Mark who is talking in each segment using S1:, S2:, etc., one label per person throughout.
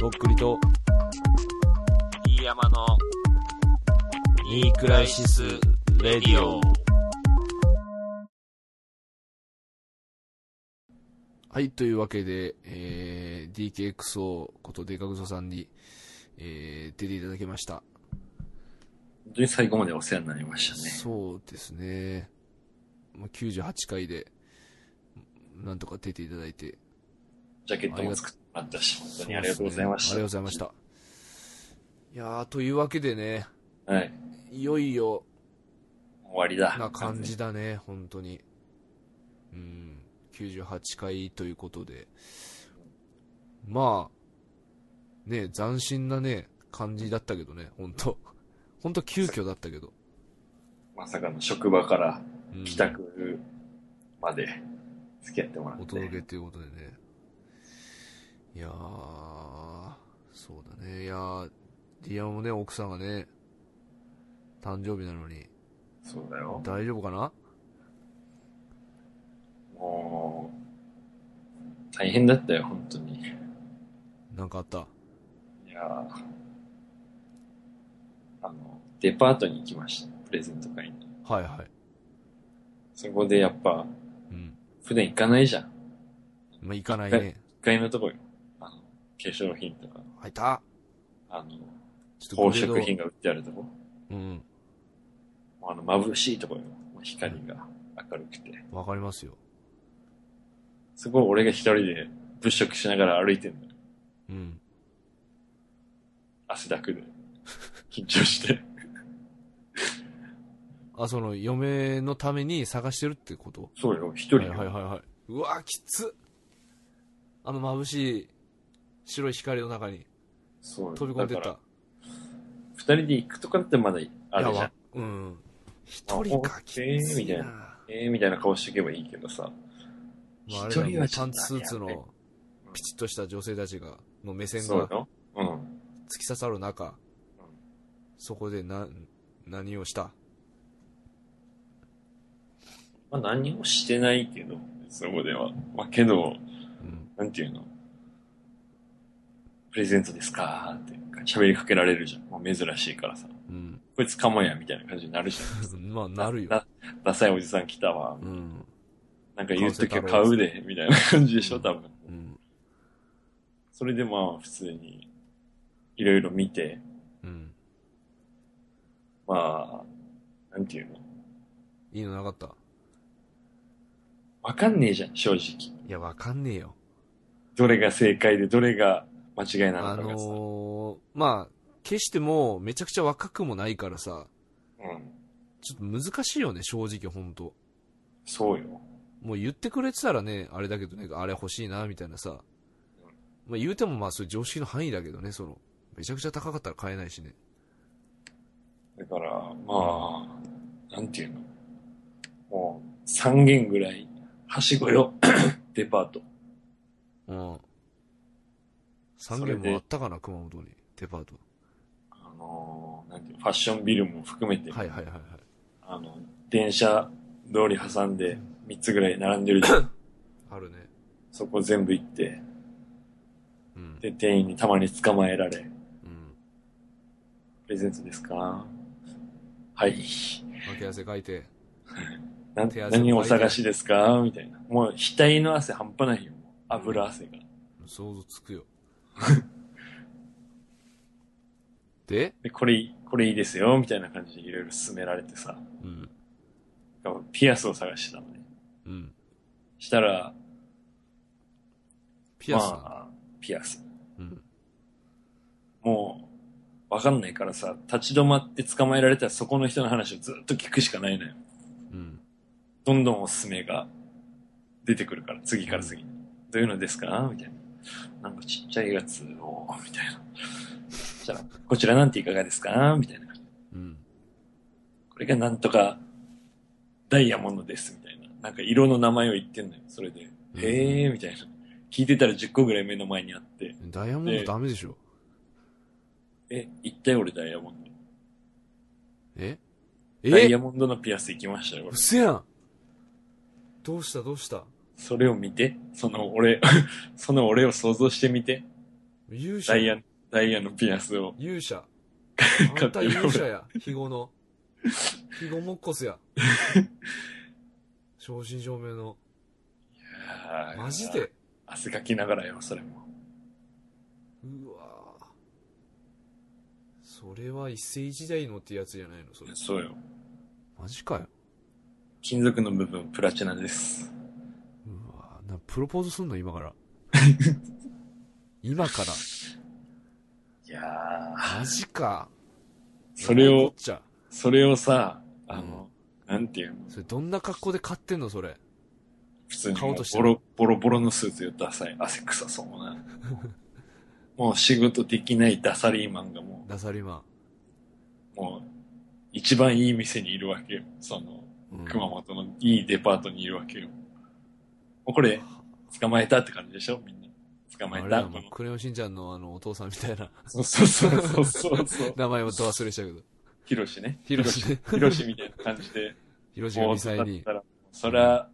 S1: とっくりと、
S2: 飯山の、
S1: ニークライシス・レディオ。はい、というわけで、えー、DKXO ことデカグソさんに、えー、出ていただきました。
S3: 本当に最後までお世話になりましたね。
S1: そうですね。まあ、98回で、なんとか出ていただいて。
S3: ジャケットも作ってもらったし、本当にありがとうございました。
S1: ありがとうございました。いやー、というわけでね、
S3: はい。
S1: いよいよ
S3: 終わりだ。
S1: な感じだね、本当に。うん、98回ということで。まあ、ね、斬新なね、感じだったけどね、本当 本当急遽だったけど。
S3: まさかの職場から
S1: うん
S3: 帰宅まで付き合ってもら
S1: お
S3: って。
S1: 届けということでね。いやー、そうだね。いやー、リアもね、奥さんがね、誕生日なのに、
S3: そうだよ。
S1: 大丈夫かな
S3: もう、大変だったよ、本当に。い
S1: なんかあった。
S3: やーあの、デパートに行きました。プレゼント会に。
S1: はいはい。
S3: そこでやっぱ、
S1: うん。
S3: 普段行かないじゃん。
S1: まあ、行かないね。
S3: 一階のとこよ。あの、化粧品とか、
S1: 入った
S3: あの、
S1: ち
S3: 宝飾品。が売ってあるとこ。
S1: うん。
S3: もうあの、眩しいとこよ。もう光が明るくて。
S1: わかりますよ。
S3: すごい俺が一人で物色しながら歩いてんだよ。
S1: うん。
S3: 汗だくで。緊張して。
S1: あ、その、嫁のために探してるってこと
S3: そうよ、一人
S1: はい
S3: よ。
S1: はいはいはい。うわー、きつっあの眩しい白い光の中に
S3: そうよ
S1: 飛び込んでっ
S3: だか
S1: た
S3: ら。二人で行くとかだってまだあ
S1: いや
S3: るじゃん
S1: わ。うん。一人か、きつ
S3: えー
S1: い
S3: みたい
S1: な。
S3: なええー、みたいな顔していけばいいけどさ。
S1: まあ、あ
S3: 一
S1: れ
S3: 人
S1: だね
S3: はち
S1: パ
S3: ょっと
S1: ンツスーツ
S3: やべ
S1: のピチッとした女性たちが、の目線
S3: そう
S1: が
S3: よ。うん。
S1: 突き刺さる中、そこでな、何をした
S3: まあ何もしてないけど、そこでは。まあけど、
S1: うん。
S3: なんていうのプレゼントですかーって喋りかけられるじゃん。もう珍しいからさ。
S1: うん。
S3: こいつかもや、みたいな感じになるじゃん。
S1: まあ、なるよ。
S3: な。ダサいおじさん来たわ。
S1: うん。
S3: なんか言うときは買うで、みたいな感じでしょ、多分。
S1: うん。
S3: それでまあ、普通に、いろいろ見て、
S1: うん。
S3: まあ、なんていうの
S1: いいのなかった
S3: わかんねえじゃん、正直。
S1: いや、わかんねえよ。
S3: どれが正解で、どれが間違いな
S1: あ
S3: のかがさ。
S1: のー、まあ、決してもうめちゃくちゃ若くもないからさ、
S3: うん。
S1: ちょっと難しいよね、正直、ほんと。
S3: そうよ。
S1: もう言ってくれてたらね、あれだけどね、あれ欲しいな、みたいなさ。まあ言うてもまあ、それ常識の範囲だけどね、その、めちゃくちゃ高かったら買えないしね。
S3: だから、まあ、なんていうのもう、3軒ぐらい、はしごよ、 デパート。
S1: うん。3
S3: それ
S1: 軒
S3: で
S1: もあったかな、熊本に、デパート。
S3: あのー、なんていうのファッションビルも含めて、
S1: はいはいはいはい。
S3: あの、電車通り挟んで3つぐらい並んでるじ ゃん。
S1: あるね。
S3: そこ全部行って、
S1: うん。
S3: で、店員にたまに捕まえられ、
S1: うん。
S3: プレゼントですかはい。
S1: 脇汗かいて。
S3: なん
S1: 手汗もかいて
S3: 何をお探しですかみたいな。もう、額の汗半端ないよ。油汗が。
S1: 想像つく よ。で
S3: で、これ、これいいですよ、みたいな感じでいろいろ勧められてさ、
S1: うん。
S3: ピアスを探してたのね。
S1: うん。
S3: したら、
S1: ピアスだな、
S3: まあ、ピアス。
S1: うん。
S3: もう、わかんないからさ、立ち止まって捕まえられたらそこの人の話をずっと聞くしかないのよ。
S1: うん。
S3: どんどんおすすめが出てくるから、次から次に。どういうのですかみたいな。なんかちっちゃいやつを、みたいな。じゃあ、こちらなんていかがですかみたいな。
S1: うん。
S3: これがなんとか、ダイヤモンドです、みたいな。なんか色の名前を言ってんのよ、それで。
S1: うん
S3: へえー、みたいな。聞いてたら10個ぐらい目の前にあって、
S1: ダイヤモンドダメでしょ。
S3: え、行ったよ俺ダイヤモンド。
S1: え
S3: ダ
S1: え
S3: イヤモンドのピアス行きましたよ、
S1: う
S3: 俺。
S1: せやんどうしたどうした
S3: それを見て、その俺、その俺を想像してみて。
S1: え勇者
S3: ダ。イヤ、ダイヤのピアスを。
S1: 勇 者。あ
S3: 買
S1: ん
S3: ったてる
S1: 勇者や、肥後の。肥後もっこす や。正真正銘の。
S3: いやー
S1: マジで
S3: 汗かきながらよ、それも。
S1: うわぁそれは一世一代のってやつじゃないのそれ。
S3: そうよ。
S1: マジかよ。
S3: 金属の部分、プラチナです。
S1: うわぁな、プロポーズすんの今 から。今から。
S3: いやー
S1: マジか。
S3: それ
S1: どういうこ
S3: を
S1: っ、ちゃ。
S3: それをさ、あの、なんていうの
S1: それどんな格好で買ってんのそれ。
S3: 普通に
S1: 買おう
S3: も
S1: として
S3: ボ
S1: る
S3: ロ、ボロボロのスーツよ、ダサい。汗臭そう な。もう仕事できないダサリーマンがも
S1: ダサリマ
S3: う、もう、一番いい店にいるわけよ。その、
S1: ン。うん
S3: 熊本のいいデパートにいるわけよ。もうこれ、捕まえたって感じでしょみんな。捕
S1: あ
S3: まえ
S1: れ
S3: た
S1: だ、
S3: こ
S1: もう
S3: の
S1: クレヨンしんちゃんのあの、お父さんみたいな。
S3: そうそうそうそうそう。
S1: 名前をど忘れしたけど。
S3: ヒロシね。
S1: ヒロシね
S3: ヒロシみたいな感じで。
S1: ヒロシが
S3: もう
S1: ミサイ
S3: だっ
S1: に。
S3: たら、そりゃ、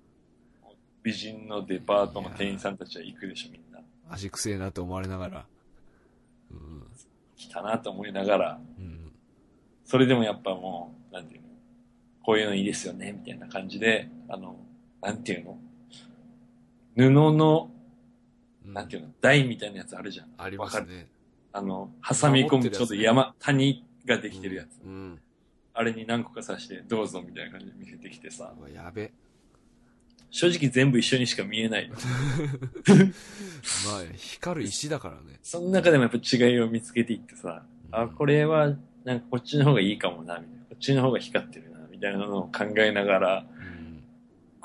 S3: 美人のデパートの店員さんたちは行くでしょ、みんな。
S1: 足くせえなと思われながら。うん。
S3: 来たなと思いながら、
S1: うん。
S3: それでもやっぱもう、なんていうの、こういうのいいですよね、みたいな感じで、あの、なんていうの、布の、
S1: うん
S3: なんていうの、台みたいなやつあるじゃん。
S1: あります
S3: わかる。
S1: ね。
S3: あの、挟み
S1: 守
S3: 込
S1: って
S3: む
S1: るやつね
S3: ちょっと山、谷ができてるやつ。
S1: うん。
S3: あれに何個か刺して、どうぞみたいな感じで見せてきてさ
S1: う、わや べ。
S3: 正直全部一緒にしか見えない。
S1: まあ、光る石だからね。
S3: その中でもやっぱ違いを見つけていってさ、あ、これは、なんかこっちの方がいいかもな、みたいな。こっちの方が光ってるな、みたいなのを考えなが
S1: う
S3: ら、
S1: ん。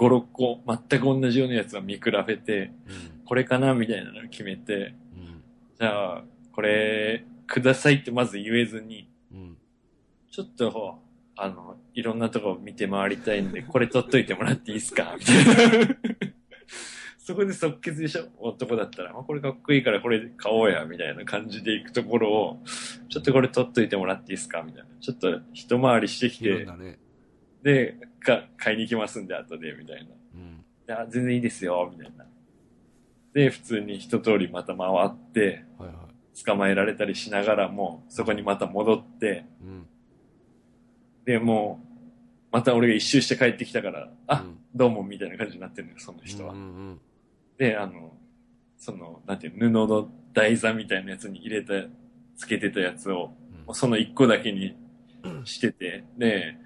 S3: 5、6個、全く同じようなやつを見比べて、
S1: うん。
S3: これかな、みたいなのを決めて、
S1: うん。
S3: じゃあ、これ、くださいってまず言えずに、
S1: うん。
S3: ちょっと、あの、いろんなとこ見て回りた いんで、これ取っといてもらっていいですかみたいな。そこで即決でしょ男だったら、あこれかっこいいからこれ買おうや、みたいな感じで行くところを、ちょっとこれ取っといてもらっていいですかみたいな。ちょっと一回りしてき
S1: 広いん
S3: て
S1: だ、ね。
S3: で、か、買いに行きますんで、後で、みたいな。
S1: うん。
S3: であ全然いいですよ、みたいな。で、普通に一通りまた回って、
S1: はいは
S3: 捕まえられたりしながらも、そこにまた戻って、
S1: い。うん。
S3: で、もう、また俺が一周して帰ってきたから、あ、
S1: うん
S3: どうも、みたいな感じになってるのよ、その人は。
S1: うんうん
S3: で、あの、その、なんていうの、布の台座みたいなやつに入れた、つけてたやつを、
S1: うん
S3: もう。その一個だけにしてて、で、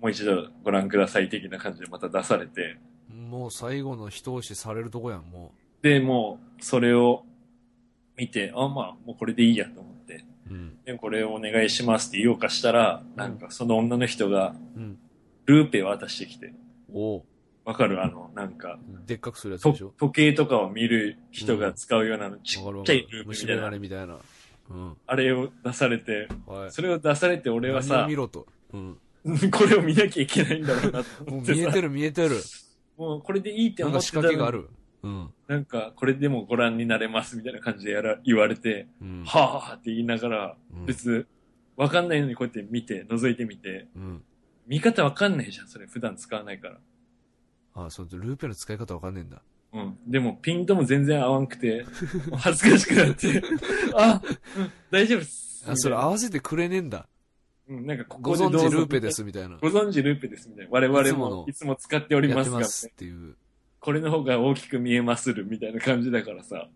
S3: もう一度ご覧ください的な感じでまた出されて、
S1: うんもう最後の一押しされるとこやん、も
S3: で、もう、それを見て、あ、まあ、もうこれでいいやと思って、
S1: う。うん。
S3: で、これをお願いしますって言おうかしたら、なんかその女の人が、
S1: うん。
S3: ルーペ渡してきて、
S1: おう
S3: わかるあの、なんか、
S1: でっかくするやつ
S3: と
S1: でしょ
S3: 時計とかを見る人が使うような、ちっ
S1: わかるわ
S3: ち
S1: か
S3: ゃ
S1: る
S3: いループみ
S1: 虫
S3: た
S1: 眼
S3: いな
S1: 鏡、みたいな。うん。
S3: あれを出されて、
S1: はい。
S3: それを出されて俺は
S1: 何を
S3: さ
S1: 見、ろと。 うん。
S3: これを見なきゃいけないんだろうなと
S1: もう
S3: 思って
S1: 見え
S3: さ
S1: て、る見えてる。
S3: もうこれでいいって
S1: なん
S3: 思
S1: か
S3: って
S1: 仕
S3: た
S1: 掛けがあ
S3: のに
S1: る。うん。
S3: なんか、これでもご覧になれますみたいな感じでやら言われて、
S1: うん。
S3: はぁって言いながら、
S1: うん
S3: 別、わかんないのにこうやって見て、覗いてみて、
S1: うん。
S3: 見方わかんないじゃん、それ普段使わないから。
S1: あ、そう、ルーペの使い方わかんねえんだ。
S3: うん。でも、ピントも全然合わんくて、 もう恥ずかしくなって、あ、うん大丈夫っす。
S1: あ、それ
S3: みたい
S1: 合わせてくれねえんだ。
S3: なうん、なんかこ
S1: ご
S3: こでどう
S1: 存
S3: ぞ
S1: 知ルーペで。すみたいな。
S3: ご存知ルーペです、みたいな。我々も
S1: い
S3: い
S1: つ
S3: つ
S1: も
S3: も
S1: の
S3: 使っており
S1: や
S3: ま
S1: って
S3: すが、
S1: ますっていう。
S3: これの方が大きく見えまする、みたいな感じだからさ、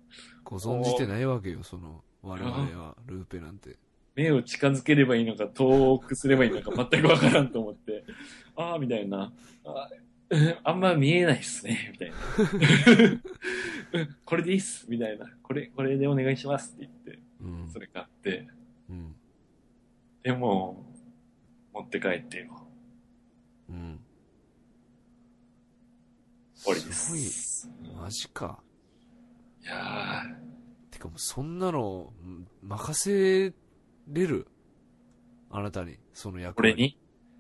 S1: ご存じてないわけよ、その、我々は、ルーペなんて。
S3: 目を近づければいいのか、遠くすればいいのか、全くわからんと思って、ああ、みたいな。あーあんま見えないっすね、みたいな。 うんこれでいいっす、みたいな。これ、これでお願いしますって言って、
S1: うん
S3: そ。れ買って、
S1: うん。
S3: でも、持って帰ってよ。
S1: うん。
S3: 終わりですす。
S1: ごい。マジか。
S3: いやー
S1: てかもうそんなの、うん任せれるあなたに、その役
S3: これ
S1: 割。
S3: にい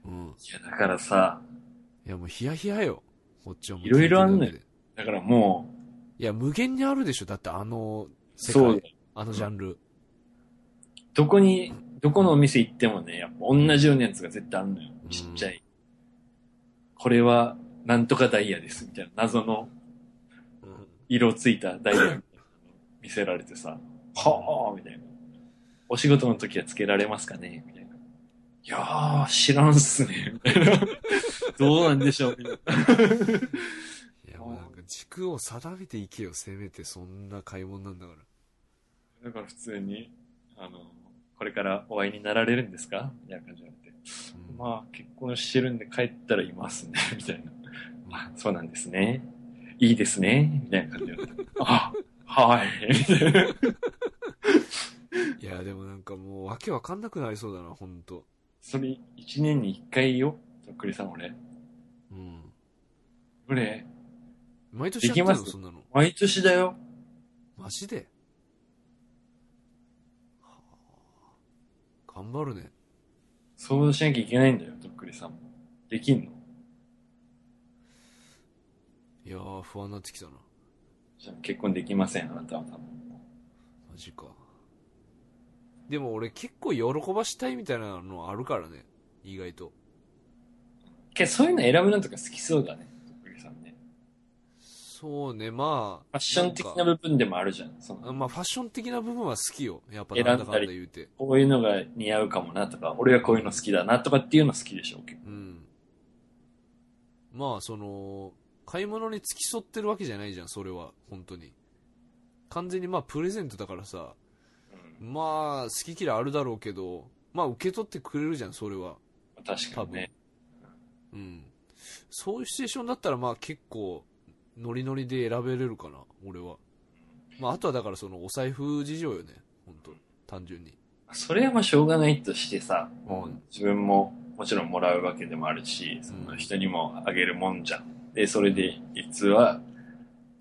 S1: うん。
S3: や、だからさ、
S1: いやもうヒヤヒヤよ。こっちはもう。
S3: いろいろあんのよ
S1: 聞いてるだけで
S3: だからも
S1: いや、無限にあるでしょ。だってあの
S3: う、
S1: 世
S3: そう
S1: 界、、あのジャンル。
S3: どこに、どこのお店行ってもね、やっぱ同じようなやつが絶対あんのよ
S1: う。ん
S3: ちっちゃい。これは、なんとかダイヤです、みたいな謎の
S1: うん
S3: 色ついたダイヤみたいなの見せられてさ、はあ、みたいな。お仕事の時はつけられますかねみたいな。いやー、知らんっすね。 みたいな。どうなんでしょうみたいな。
S1: いや、もうなんか軸を定めていけよ、せめて。そんな買い物なんだから。
S3: だから普通に、あの、これからお会いになられるんですかみたいな感じになって。
S1: うん
S3: まあ、結婚してるんで帰ったらいますね、 みたいな。あ、そうなんですね。いいですね、みたいな感 じになって。あ、はい、 みたいな。
S1: いや、でもなんかもう、わけわかんなくなりそうだな、ほんと。
S3: それ、一年に一回よ、とっくりさん、俺。
S1: うん。
S3: 俺、
S1: 毎年やってるの、
S3: できます
S1: そんなの。
S3: 毎年だよ。
S1: マジで。はあ頑張るね。
S3: そうしなきゃいけないんだよ、とっくりさんも。できんの
S1: いやー、不安になってきたな。
S3: じゃあ結婚できません、あなたは多分。
S1: マジか。でも俺結構喜ばしたいみたいなのあるからね。意外と。
S3: けどそういうの選ぶのとか好きそうだね、とっくりさんね。
S1: そうね、ま
S3: ファ
S1: あ。
S3: ッション的
S1: なん
S3: な部分でもあるじゃん。そ
S1: かあ
S3: の
S1: まあ、ファッション的な部分は好きよ。やっぱ
S3: 選ん
S1: な
S3: だ
S1: ん
S3: り
S1: だかんだ言うて。
S3: こういうのが似合うかもなとか、俺はこういうの好きだなとかっていうの好きでしょ、結構。
S1: うん。まあ、その、買い物に付き添ってるわけじゃないじゃん、それは。本当に。完全にまあ、プレゼントだからさ。
S3: うん
S1: まあ、好き嫌いあるだろうけど、まあ、受け取ってくれるじゃん、それは。
S3: 確かにね。
S1: うん。そういうシチュエーションだったら、まあ結構、ノリノリで選べれるかな、俺は。まああとはだからそのお財布事情よね、本当単純に。
S3: それはまあしょうがないとしてさ、も
S1: う
S3: うん自分ももちろんもらうわけでもあるし、その人にもあげるもんじゃん。で、それで実は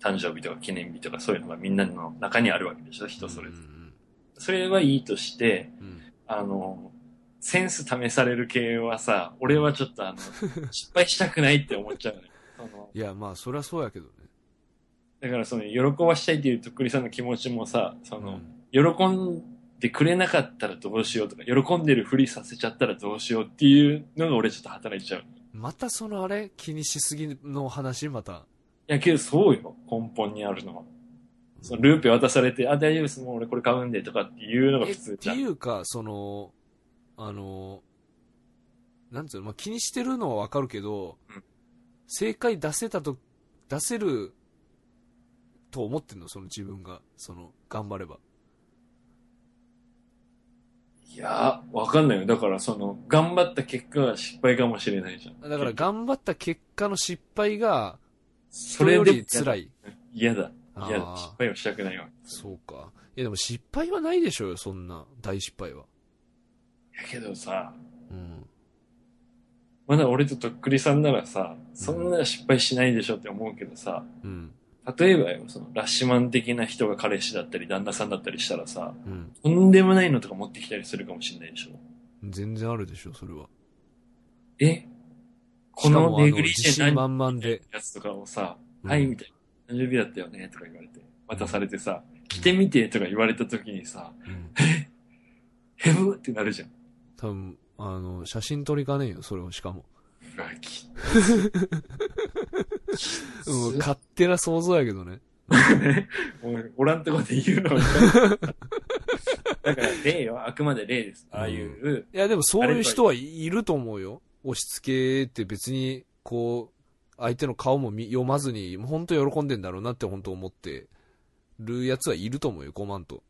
S3: 誕生日とか記念日とかそういうのがみんなの中にあるわけでしょ、人それ
S1: うん
S3: ぞ
S1: う
S3: れ。
S1: ん
S3: それはいいとして、
S1: うんうん。
S3: あの、センス試される系はさ、俺はちょっとあの、 失敗したくないって思っちゃうのよ。その
S1: いや、まあそりゃそうやけどね。
S3: だからその、喜ばしたいっていうとっくりさんの気持ちもさ、その、
S1: うん
S3: 喜んでくれなかったらどうしようとか、喜んでるふりさせちゃったらどうしようっていうのが俺ちょっと働いちゃう。い
S1: またそのあれ気にしすぎの話、また。
S3: や、けどそうよ。根本にあるのは。そのルーペ渡されて、あ、大丈夫です。もう俺これ買うんでとかっていうのが
S1: え
S3: 普
S1: っ
S3: 通
S1: て
S3: じゃ
S1: い
S3: ん。
S1: うか、その、あの、なんつうの、まあ、気にしてるのはわかるけど、
S3: うん
S1: 正解出せたと、出せると思ってんの、その自分が。その、頑張れば。
S3: いや、わかんないよ。だからその、頑張った結果が失敗かもしれないじゃん。
S1: だから頑張った結果の失敗が、
S3: そ
S1: それ
S3: れ
S1: よ
S3: より
S1: り辛
S3: い。
S1: い。
S3: 嫌だ。
S1: あ
S3: 嫌だ。
S1: ー
S3: 失敗はしたくないわ。
S1: そうか。いやでも失敗はないでしょうよ、そんな。大失敗は。
S3: だけどさ、
S1: うん。
S3: まだ俺ととっくりさんならさ、そんな失敗しないでしょって思うけどさ、
S1: うん。
S3: 例えばよ、その、ラッシュマン的な人が彼氏だったり、旦那さんだったりしたらさ、
S1: うん。
S3: とんでもないのとか持ってきたりするかもしれないでしょ。
S1: 全然あるでしょ、それは。
S3: えこ
S1: しか
S3: の
S1: もあの
S3: 巡り
S1: 自
S3: して
S1: 信
S3: 何
S1: 満々で。
S3: やつとかをさ、
S1: うん
S3: はい、みたいな。誕生日だったよね、とか言われて。渡されてさ、着てみて、とか言われた時にさ、
S1: うん。
S3: へぶってなるじゃん。
S1: 多分、あの、写真撮りかねえよ、それをしかも。
S3: うわ、き
S1: うん、勝手な想像やけどね。
S3: もうおらんとこで言うの。 だから、例よ、あくまで例です。ああいう、
S1: いや、でもそういう人はいると思うよ。押し付けって別に、こう、相手の顔も見読まずに、もう本当喜んでんだろうなって本当思ってるやつはいると思うよ、5万と。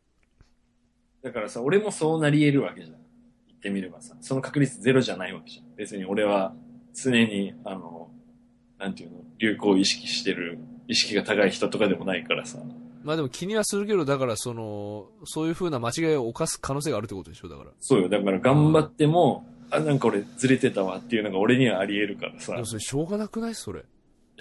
S3: だからさ、俺もそうなり得るわけじゃん。言ってみればさ、その確率ゼロじゃないわけじゃん。別に俺は常に、あの、なんていうの、流行を意識してる、意識が高い人とかでもないからさ。
S1: まあでも気にはするけど、だからその、そういう風な間違いを犯す可能性があるってことでしょ、だから。
S3: そうよ、だから頑張っても、あ、なんか俺ずれてたわっていうのが俺にはあり得るからさ
S1: でも、それしょうがなくないそれ。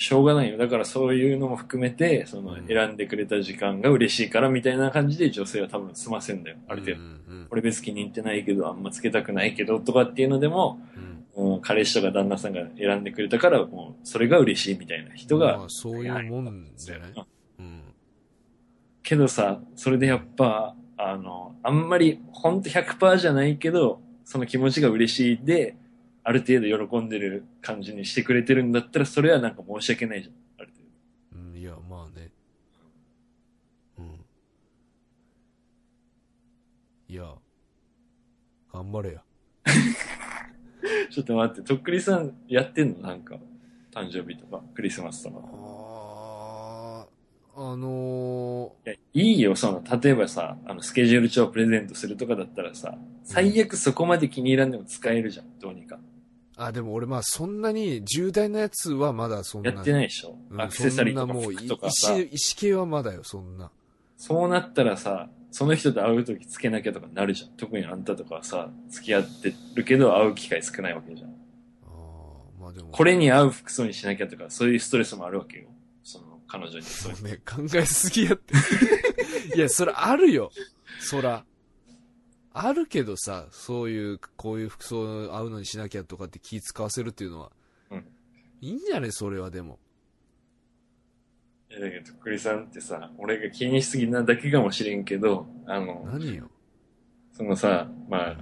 S3: しょうがないよ。だからそういうのも含めて、その
S1: うん
S3: 選んでくれた時間が嬉しいからみたいな感じで女性は多分済ませんだよ、ある程度。
S1: うんうん
S3: 俺別に気に入ってないけど、あんまつけたくないけどとかっていうのでも、
S1: うん。
S3: うん、彼氏とか旦那さんが選んでくれたから、もう、それが嬉しいみたいな人
S1: ま
S3: が
S1: あ、そういうもんじゃない
S3: うん
S1: うん。
S3: けどさ、それでやっぱ、あの、あんまり、ほんと100%じゃないけど、その気持ちが嬉しいで、ある程度喜んでる感じにしてくれてるんだったら、それはなんか申し訳ないじゃん。ある程
S1: うん、いや、まあね。うん。いや、頑張れや。
S3: ちょっと待って、とっくりさんやってんのなんか、誕生日とか、クリスマスとか。
S1: あー、あの
S3: いや、いいよ、その、例えばさ、あの、スケジュール帳をプレゼントするとかだったらさ、最悪そこまで気に入らんでも使えるじゃん、どうにか。
S1: ー、あ、でも俺まあそんなに重大なやつはまだそんな。。
S3: やってないいでしょ
S1: うん、
S3: アクセサリーと
S1: そん
S3: か
S1: なもう、
S3: 服とかさ
S1: 石、、石系はまだよ、そんな。
S3: そうなったらさ、その人と会うときつけなきゃとかなるじゃん。特にあんたとかはさ、付き合ってるけど会う機会少ないわけじゃん。
S1: あー、まあでも。
S3: これに合う服装にしなきゃとか、そういうストレスもあるわけよ。その、彼女にそう
S1: も
S3: いう
S1: うね、考えすぎやって。 いや、それあるよ。そら。あるけどさ、そういう、こういう服装合うのにしなきゃとかって気使わせるっていうのは。
S3: うん
S1: いいんじゃねそれはでも。
S3: いやだけど、とっくりさんってさ、俺が気にしすぎなだけかもしれんけど、あの、
S1: 何よ。
S3: そのさ、まあ、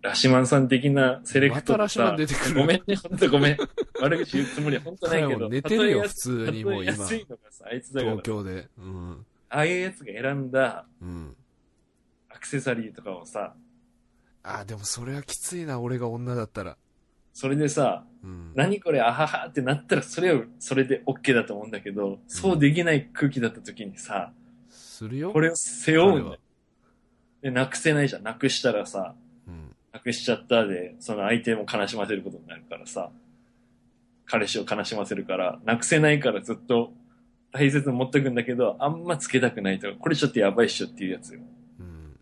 S3: ラシマンさん的なセレクト
S1: またラシマン出てくる
S3: ごめんね、ほんとごめん。悪口言うつもりはほんとないけ
S1: も
S3: ど。
S1: う寝てるよ、
S3: 例えや
S1: 普通にもう
S3: 例え
S1: 今
S3: や。すいのがさ、あいつだから
S1: 東、京で。うん。
S3: ああいうやつが選んだ
S1: うん。
S3: アクセサリーとかをさ、
S1: あ、でもそれはきついな、俺が女だったら。
S3: それでさ、
S1: うん。
S3: 何これあははってなったらそれを、それで OK だと思うんだけど、そうできない空気だった時にさ、
S1: するよ。
S3: これを背負う
S1: 彼
S3: んだ
S1: は
S3: よ。で、なくせないじゃん。なくしたらさ、
S1: うん。
S3: なくしちゃったで、その相手も悲しませることになるからさ、彼氏を悲しませるから、なくせないからずっと大切に持ってくんだけど、あんまつけたくないとか、これちょっとやばいっしょっていうやつよ。
S1: うん。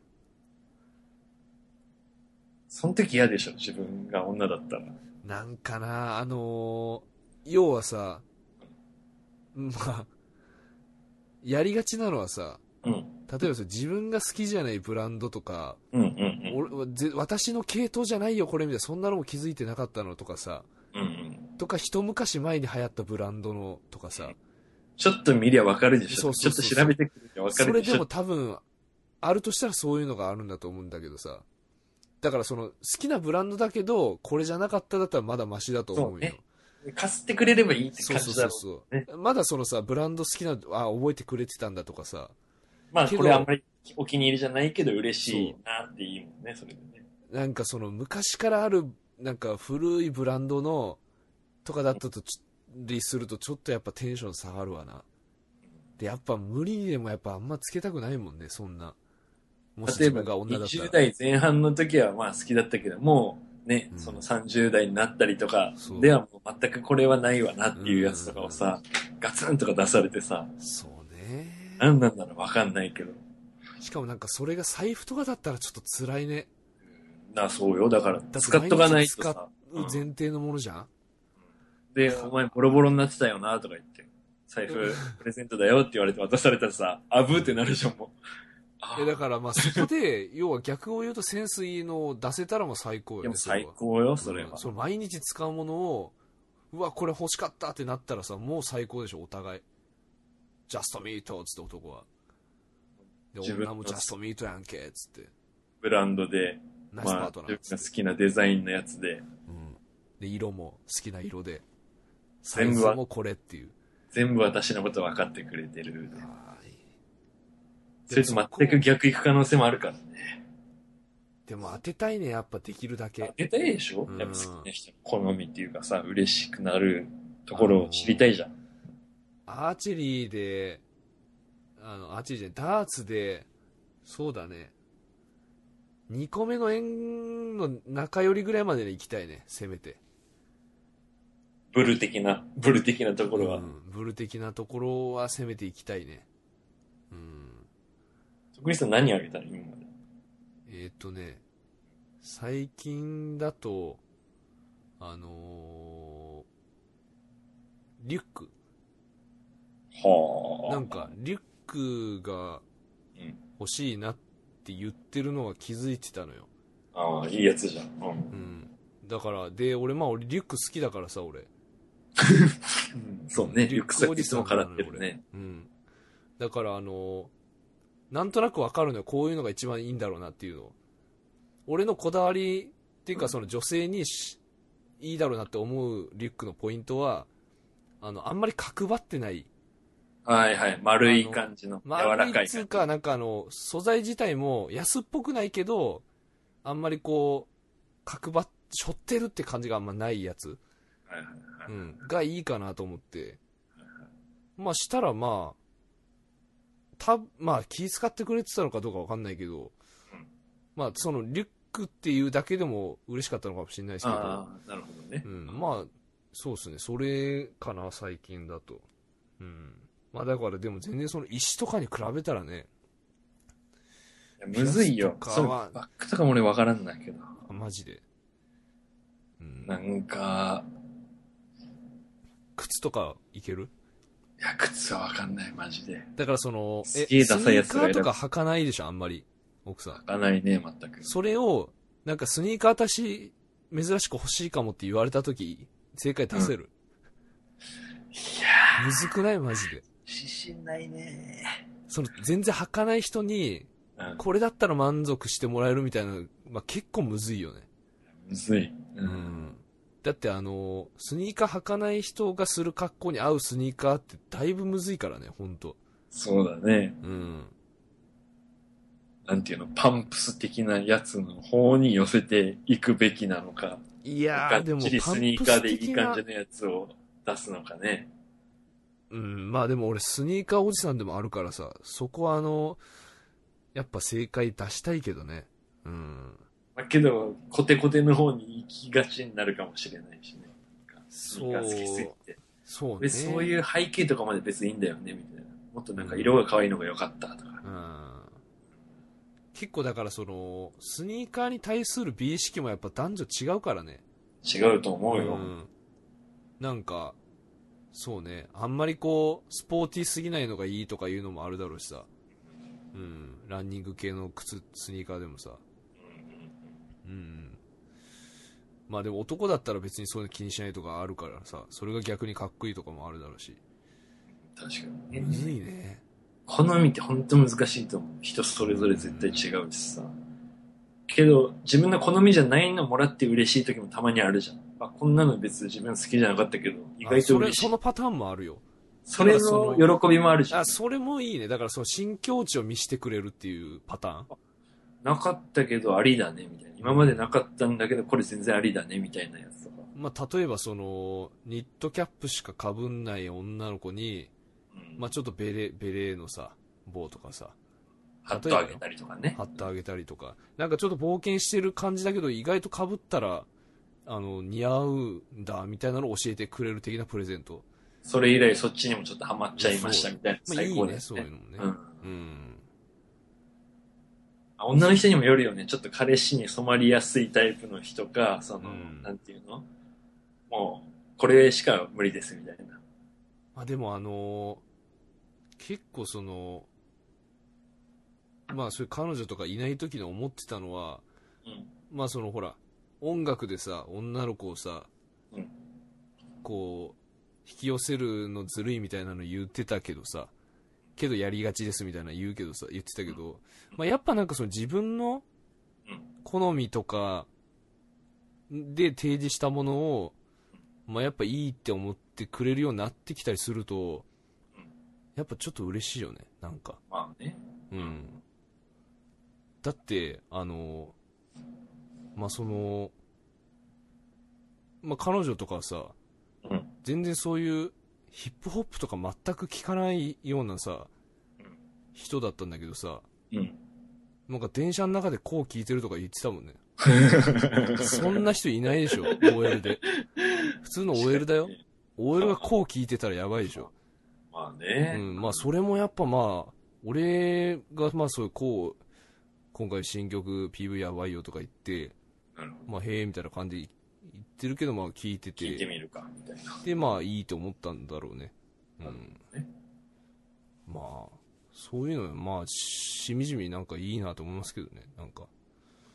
S3: その時嫌でしょ、自分が女だったら。
S1: なんかな、あのー要はさ、まあ、やりがちなのはさ、
S3: うん。
S1: 例えばさ、自分が好きじゃないブランドとか、
S3: うんうん
S1: 俺はぜ私の系統じゃないよ、これみたいな、そんなのも気づいてなかったのとかさ、
S3: うん。うんうん。
S1: とか、一昔前に流行ったブランドのとかさ、
S3: ちょっと見りゃわかるでしょ。
S1: そうそうそう
S3: ちょっと調べてくるゃわか
S1: そ
S3: る
S1: れ
S3: でし
S1: で
S3: ょ。
S1: も多分、あるとしたらそういうのがあるんだと思うんだけどさ、だからその、好きなブランドだけど、これじゃなかっただったらまだマシだと思うよ。
S3: そうねかすってくれればいいって
S1: そう
S3: 感
S1: そう
S3: じだ
S1: そ
S3: ろ
S1: う
S3: う。
S1: そう、
S3: ね
S1: まだそのさブランド好きなあ覚えてくれてたんだとかさ
S3: まあ、
S1: けど
S3: これあんまりお気に入りじゃないけど嬉しいなっていいもんね、それでね。
S1: なんかその昔からあるなんか古いブランドのとかだったとちりするとちょっとやっぱテンション下がるわなでやっぱ無理にでもやっぱあんまつけたくないもんねそんなもし
S3: 例え
S1: 自
S3: ば
S1: 分が女だったら
S3: 20代前半の時はまあ好きだったけど、もうね、
S1: うん
S3: その30代になったりとか
S1: そう
S3: ではもう全くこれはないわなっていうやつとかをさ、ガツンとか出されてさ、
S1: そうね
S3: 何なんだろうわかんないけど。
S1: しかもなんかそれが財布とかだったらちょっと辛いね
S3: な、そうよ。だから、
S1: て
S3: 使っとかな
S1: 毎
S3: いと
S1: 日
S3: さ
S1: 使。
S3: うん
S1: 前提のものじゃん、
S3: で、お前ボロボロになってたよなとか言って、財布プレゼントだよって言われて渡されたらさ、あぶってなるじゃん、もう。あ
S1: いやだからまあそこで要は逆を言うとセンスいいのを出せたらもう最高よ
S3: で
S1: ね
S3: も
S1: それは
S3: 最高よ、それは
S1: うん。そう毎日使うものをうわこれ欲しかったってなったらさもう最高でしょお互いジャストミートっつって男はで
S3: 自分
S1: 女もジャストミートやんけっつって
S3: ブランドで、
S1: ナイスパ
S3: まあ、
S1: ー
S3: 自
S1: ト
S3: 分
S1: ナーっつ
S3: が
S1: っ
S3: 好
S1: て、
S3: きなデザインのやつで、
S1: うん、で色も好きな色でサイ
S3: 全部
S1: ズ
S3: は
S1: もこれっていう
S3: 全部私のこと分かってくれてる。
S1: あーいい
S3: それと全く逆行く可能性もあるからね。
S1: でも当てたいねやっぱできるだ
S3: あ
S1: け
S3: げたいでしょ
S1: うん
S3: やっぱ好きな人の好みっていうかさ、嬉しくなるところを知りたいじゃん。
S1: アーチェリーで、あの、アーチェリーじゃないダーツで、そうだね。2個目の円の中寄りぐらいまでに行きたいね、せめて。
S3: ブル的な、ブル的なところは。
S1: うんブル的なところはせめて行きたいね。うん。
S3: 徳井さん何あげたの今まで。
S1: えーっとね、最近だと、あのーリュック。
S3: はあ。
S1: なんか、リュックが
S3: うん
S1: 欲しいなって言ってるのは気づいてたのよ。
S3: ああ、いいやつじゃん。うん。
S1: うん。だから、で、俺、まあ、俺、リュック好きだからさ、俺。
S3: そうね、リュックサッ
S1: リ
S3: ク
S1: ュ
S3: いつも
S1: か
S3: 絡
S1: ら
S3: んでるね。。
S1: 俺うん。だから、あの、なんとなくわかるのよ。こういうのが一番いいんだろうなっていうの。俺のこだわりっていうか、その女性にしいいだろうなって思うリュックのポイントは、あの、あんまり角張ってない。
S3: あはいはい。丸い感じの柔
S1: まあ、
S3: らかい
S1: つう
S3: 感
S1: か、なんかあの、素材自体も安っぽくないけど、あんまりこう、角張っ、しょってるって感じがあんまないやつ、
S3: じ。はいは
S1: う
S3: い
S1: ん、がいいかなと思って。まあ、したらまあ、た、まあ、気遣ってくれてたのかどうかわかんないけど
S3: うん、
S1: まあ、その、リュックっていうだけでも嬉しかったのかもしれないですけど
S3: あ、あ、なるほどね。
S1: うん、まあ、そうですね、それかな、最近だと。うん。まあだから、でも全然その石とかに比べたらね、
S3: いやむずいよ。
S1: ピアスと
S3: それ
S1: かは
S3: バックとかも俺わからんだけど。
S1: あマジで。うん。
S3: なんか、
S1: 靴とかいける
S3: いや、靴はわかんない、マジで。
S1: だからその、
S3: すげえダサいやつ
S1: スニーカーとか履かないでしょ、あんまり。奥さん。
S3: わかんないね、全く。
S1: それを、なんかスニーカー私、珍しく欲しいかもって言われた時、正解出せる。
S3: いや
S1: むずくないマジで。
S3: ー、自信ないね
S1: その、全然履かない人に、
S3: うん、
S1: これだったら満足してもらえるみたいな、まあ結構むずいよね。
S3: むずい。う。
S1: うんんだってあのスニーカー履かない人がする格好に合うスニーカーってだいぶむずいからねほんと
S3: そうだね。
S1: うん
S3: なんていうの、パンプス的なやつの方に寄せていくべきなのか、
S1: いやー
S3: が
S1: で
S3: っ
S1: も
S3: ちりスニーカーでいい感じのやつを出すのかね。
S1: うんまあでも俺スニーカーおじさんでもあるからさそこはあのやっぱ正解出したいけどねうん
S3: まあ、けど、コテコテの方に行きがちになるかもしれないしね。なんかスニーカー好きすぎて。
S1: そうね
S3: で、そういう背景とかまで別にいいんだよね、みたいな。もっとなんか色が可愛いのが良かったとか。
S1: うん結構だからそのスニーカーに対する美意識もやっぱ男女違うからね
S3: 違うと思うよ。
S1: ん、なんかそうねあんまりこうスポーティーすぎないのがいいとかいうのもあるだろうしさ、うん、ランニング系の靴スニーカーでもさ、うん、まあでも男だったら別にそういうの気にしないとかあるからさそれが逆にかっこいいとかもあるだろうし
S3: 確かに
S1: むず
S3: ね。
S1: いね
S3: 好みって本当難しいと思う。人それぞれ絶対違うしさ。けど、自分の好みじゃないのもらって嬉しい時もたまにあるじゃん。まあ、こんなの別に自分好きじゃなかったけど、意外
S1: あ
S3: と
S1: それ
S3: 嬉し
S1: そ
S3: い
S1: の。パターンもあるよ
S3: それ
S1: そ
S3: の喜びもあるじゃん
S1: あ。それもいいねだからその新境地を見せてくれるっていうパターン
S3: なかったけどありだね、みたいな。今までなかったんだけど、これ全然ありだね、みたいなやつとか。
S1: まあ、例えばそのニットキャップしかかぶんない女の子に
S3: うん。
S1: まあ、ちょっとベレベレーのさ棒とかさ
S3: ハットあげたりとかね。
S1: 貼ってあげたりとかなんかちょっと冒険してる感じだけど意外とかぶったらあの似合うんだみたいなのを教えてくれる的なプレゼント、
S3: それ以来そっちにもちょっとハマっちゃいましたみたいな。
S1: まあ、い
S3: 最
S1: い
S3: 高
S1: ね
S3: です
S1: そういう
S3: ね。
S1: のもね
S3: うん。
S1: うん
S3: あ女の人にもよるよね。ちょっと彼氏に染まりやすいタイプの人か、その、
S1: うん
S3: なんていうのもう、これしか無理ですみたいな。
S1: まあ、でもあのー結構そのまあそういう彼女とかいない時の思ってたのは
S3: うん。
S1: まあそのほら音楽でさ女の子をさ、
S3: うん
S1: こう引き寄せるのずるいみたいなの言ってたけどさけどやりがちですみたいな言うけどさ言ってたけど、まあ、やっぱなんかその自分の
S3: うん
S1: 好みとかで提示したものを、まあ、やっぱいいって思ってくれるようになってきたりすると
S3: うん
S1: やっぱちょっと嬉しいよねなんか
S3: まあね。
S1: うん、だってあのまあそのまあ彼女とかはさ、
S3: うん
S1: 全然そういうヒップホップとか全く聞かないようなさ、
S3: うん
S1: 人だったんだけどさ
S3: うん。
S1: なんか電車の中でこう聞いてるとか言ってたもん ねそんな人いないでしょ OL で普通の OL だよ OL がこう聞いてたらやばいでしょ
S3: まあね。
S1: うん、まあそれもやっぱまあ、俺がまあそういうこう、今回新曲 PV やばいよとか言って、
S3: なるほど。
S1: まあへえみたいな感じで言ってるけどまあ聞いてて、
S3: 聞いてみるか、みたいな。
S1: でまあいいと思ったんだろうね。う
S3: なる
S1: ん
S3: どね。
S1: まあ、そういうのまあしみじみなんかいいなと思いますけどね、なんか。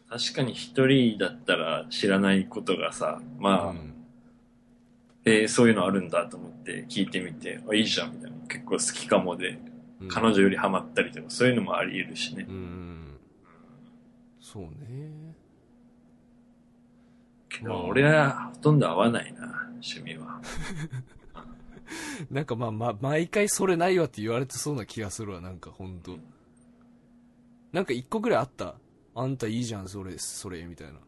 S3: 確かに一人だったら知らないことがさ、まあ、
S1: うん
S3: えーそういうのあるんだと思って聞いてみて、あ、いいじゃん、みたいな。結構好きかもで、
S1: うん
S3: 彼女よりハマったりとか、そういうのもあり得るしね
S1: う。ん。そうね。
S3: けど俺はほとんど合わないな、趣味は。
S1: なんかまあ、まあ、毎回それないわって言われてそうな気がするわ、なんかほんと。なんか一個ぐらいあった。あんたいいじゃん、それ、それ、みたいな。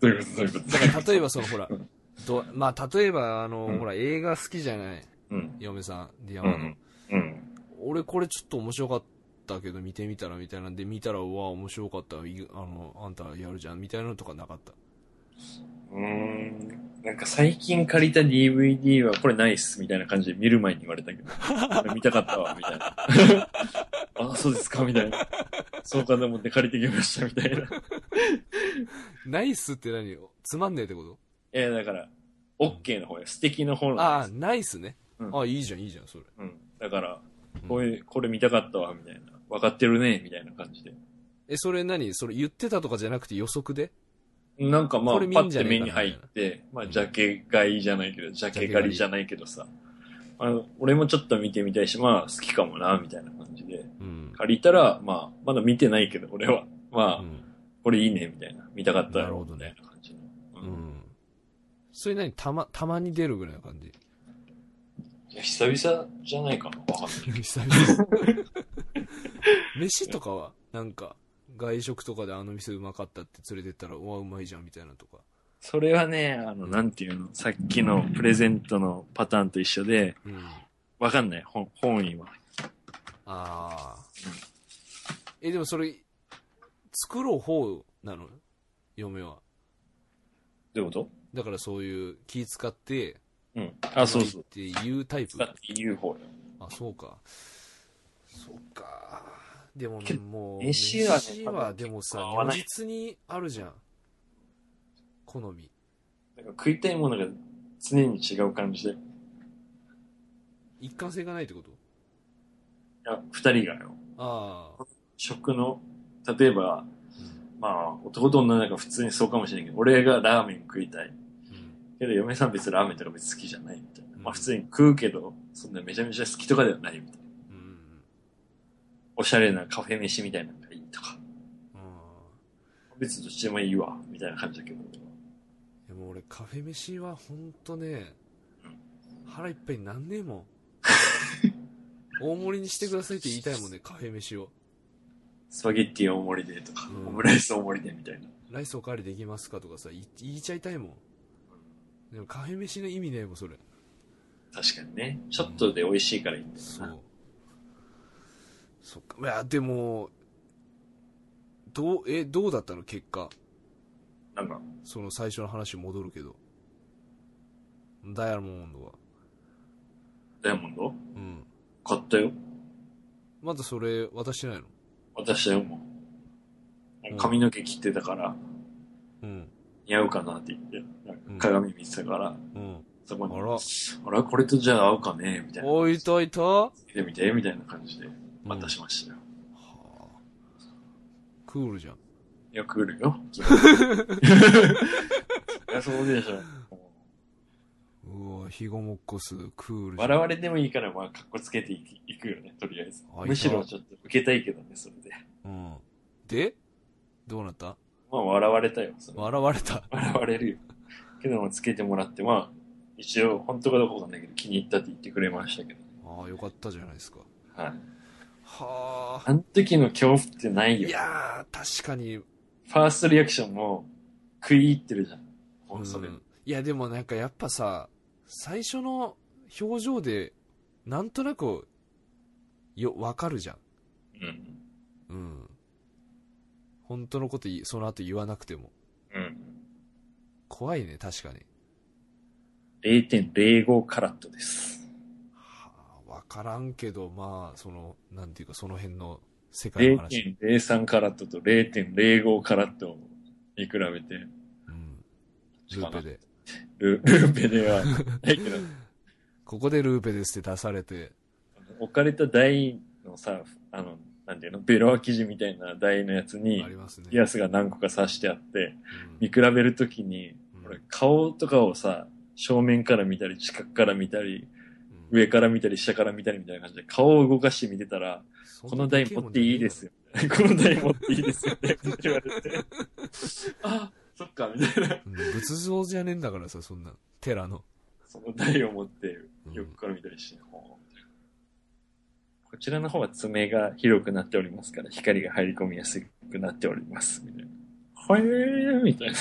S3: どういうことどういうこ
S1: だ
S3: と
S1: から例えばその、ほら
S3: うん、
S1: どまあ、例えば、あの、
S3: うん
S1: ほら、映画好きじゃない、
S3: うん。
S1: 嫁さん、ディアマ
S3: う
S1: の。
S3: ん。うん。
S1: 俺これちょっと面白かったけど見てみたらみたいなんで見たらうわ面白かったいあのあんたやるじゃんみたいなのとかなかった
S3: うーん。なんか最近借りた DVD はこれないっすみたいな感じで見る前に言われたけど、これ見たかったわ、みたいな。 あ、そうですかみたいな。そうかと思って借りてきました、みたいな。
S1: ナイスって何よつまんねえってこと
S3: え、だから、OK の方や、素敵の方なん
S1: ああ
S3: です。
S1: ナイスね、
S3: うん
S1: あいいじゃんいいじゃんそれ
S3: うん。だから、
S1: うん
S3: こういう、これ見たかったわ、みたいな。分かってるね、みたいな感じで。
S1: えそれ何それ言ってたとかじゃなくて予測で
S3: なんかまあ、
S1: こ
S3: パ
S1: れ見ん
S3: ッ
S1: じゃ
S3: て
S1: ねえか
S3: 目に
S1: な
S3: 入って、まあ、
S1: うん
S3: ジャケ買いじゃないけど、ジャケ
S1: ジャケ狩
S3: 狩
S1: り
S3: りじゃないけどさ、あの、俺もちょっと見てみたいし、まあ、好きかもな、みたいな感じで、
S1: うん、
S3: 借りたら、まあ、まだ見てないけど、俺は、まあ、
S1: うん
S3: これいいね、みたいな。見たかった
S1: なるほ
S3: よ、
S1: ど
S3: みた
S1: ね
S3: いな感じの。
S1: う
S3: うん
S1: ん、それ何たまたまに出るぐらいな感じ
S3: いや、久々じゃないかな、わかんない。
S1: 久々飯とかはなんか外食とかであの店うまかったって連れてったらうわうまいじゃんみたいなとか
S3: それはね、あの、なんていうの、さっきのプレゼントのパターンと一緒で、
S1: うん
S3: わかんない、本本意は。
S1: ああ。え、でもそれ、作ろう方なの嫁は。
S3: どういうこと
S1: だからそういう気使って、
S3: うん。あ、そうそう。
S1: うまいっていうタイプ
S3: 使。って言う方よ。
S1: あ、そうか。そうか。でも
S3: けど
S1: もう、
S3: 飯はね
S1: 飯はでもさ、
S3: 多分合わ
S1: 如
S3: ない
S1: 実にあるじゃん。好み。
S3: なんか食いたいものが常に違う感じで。い
S1: 一貫性がないってこと
S3: や、二人がよ。
S1: ああ。
S3: 食の、例えば、まあ、男と女なんか普通にそうかもしれないけど、俺がラーメン食いたい。
S1: うん
S3: けど嫁さん別にラーメンとか別に好きじゃないみたいな。ま
S1: うん
S3: あ普通に食うけど、そんなめちゃめちゃ好きとかではないみたいな。
S1: うん。うん。
S3: おしゃれなカフェ飯みたいなのがいいとか。
S1: うん
S3: 別にどっちでもいいわ、みたいな感じだけど。
S1: でも俺カフェ飯はほんとね
S3: うん
S1: 腹いっぱいになんねえ もん大盛りにしてくださいって言いたいもんねカフェ飯を
S3: スパゲッティ大盛りでとか、
S1: うん
S3: オムライス大盛りでみたいな。
S1: ライスおかわりできますかとかさい言いちゃいたいもんでもカフェ飯の意味ねえもんそれ
S3: 確かにね。ちょっとで美味しいからいいんだよ
S1: そ
S3: な。
S1: うそっかいやでもどうえどうだったの結果
S3: なんか、
S1: その最初の話に戻るけどダイヤモンドは
S3: ダイヤモンド
S1: うん
S3: 買ったよ。
S1: まだそれ渡してないの
S3: 私はも
S1: うん
S3: う、髪の毛切ってたから、
S1: うん
S3: 似合うかなって言って、なん
S1: うん
S3: か鏡見てたから、
S1: うん
S3: そこに、
S1: あ
S3: あ
S1: ら
S3: ら、これとじゃあ合うかねみたいな。
S1: おいたいた
S3: 見てみて、みたいな感じで渡
S1: 私
S3: しましたよ。
S1: はあクールじゃん
S3: よく来るよ。 いや、そうでしょ。
S1: うわひごもっこすクールじゃん
S3: 笑われてもいいから、まあ、格好つけていきいくよね、とりあえず
S1: あいた。
S3: むしろちょっと受けたいけどね、それで。
S1: うん、でどうなった
S3: まあ、笑われたよ。その
S1: 笑われた
S3: 笑われるよ。けども、つけてもらって、まあ、一応、本当かどうかわかんないけど、気に入ったって言ってくれましたけど。
S1: ああよかったじゃないですか
S3: はい。
S1: はあ
S3: あの時の恐怖ってないよ。
S1: いやー確かに
S3: ファーストリアクションも食い入ってるじゃん。もうそれ。
S1: うんいやでもなんかやっぱさ最初の表情でなんとなくよわかるじゃん
S3: うん。
S1: うん本当のこといその後言わなくても
S3: うん。
S1: 怖いね確かに
S3: 0.05カラットです。
S1: はあ、わからんけど、まあ、その、なんていうか、その辺の世界の話。
S3: 0.03カラットと0.05カラットに比べて、
S1: うん。ルーペで。
S3: ル ルーペではな いけど、
S1: ここでルーペですって出されて、
S3: 置かれた台のさ、あの、なんていうの、ベロア生地みたいな台のやつに
S1: あ、りますね。
S3: ピアスが何個か刺してあって、
S1: う
S3: 見
S1: ん、
S3: 比べるときに
S1: うん、
S3: 俺、顔とかをさ、正面から見たり、近くから見たり、
S1: うん、
S3: 上から見たり下から見たりみたいな感じで顔を動かして見てたら、この台持っていいです
S1: よ。
S3: よ。この台持っていいですよって言われて。あ、そっか、みたいな。
S1: うん仏像じゃねえんだからさ、そんな。寺の。
S3: その台を持って
S1: うん
S3: 横から見たりして、ほーみたいなこちらの方は爪が広くなっておりますから、光が入り込みやすくなっております、みたいな。はえーみたいな。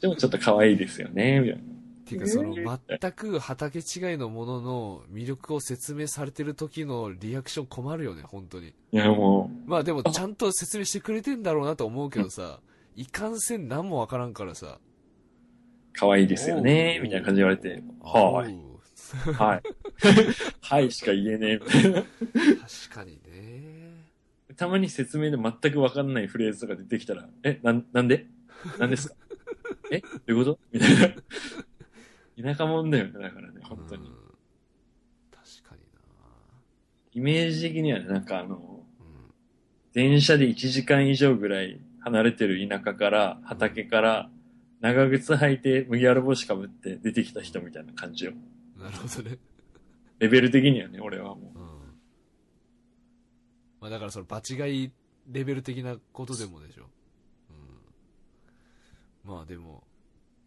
S3: でもちょっと可愛いですよね、みたいな。
S1: ていうかその
S3: えー
S1: 全く畑違いのものの魅力を説明されてる時のリアクション困るよね本当に
S3: いや、も
S1: まあでもちゃんと説明してくれてんだろうなと思うけどさいかんせん何もわからんからさ
S3: う、可愛いですよね
S1: お、う
S3: みたいな感じで言われて、は
S1: おう
S3: い、 はい。はいしか言えねえみたいな。
S1: 確かにね
S3: たまに説明で全くわかんないフレーズとか出てきたら、え、なん、なんでなんですかえどういうことみたいな。田舎者だよね、だからね、本当に
S1: う。ん確かにな
S3: イメージ的にはね、なんかあの、電車で1時間以上ぐらい離れてる田舎から、畑から、長靴履いて麦わら帽子かぶって出てきた人みたいな感じよ。
S1: うんなるほどね
S3: レベル的にはね、俺はも
S1: うんまあだからその場違いレベル的なことでもでしょ、うん、まあでも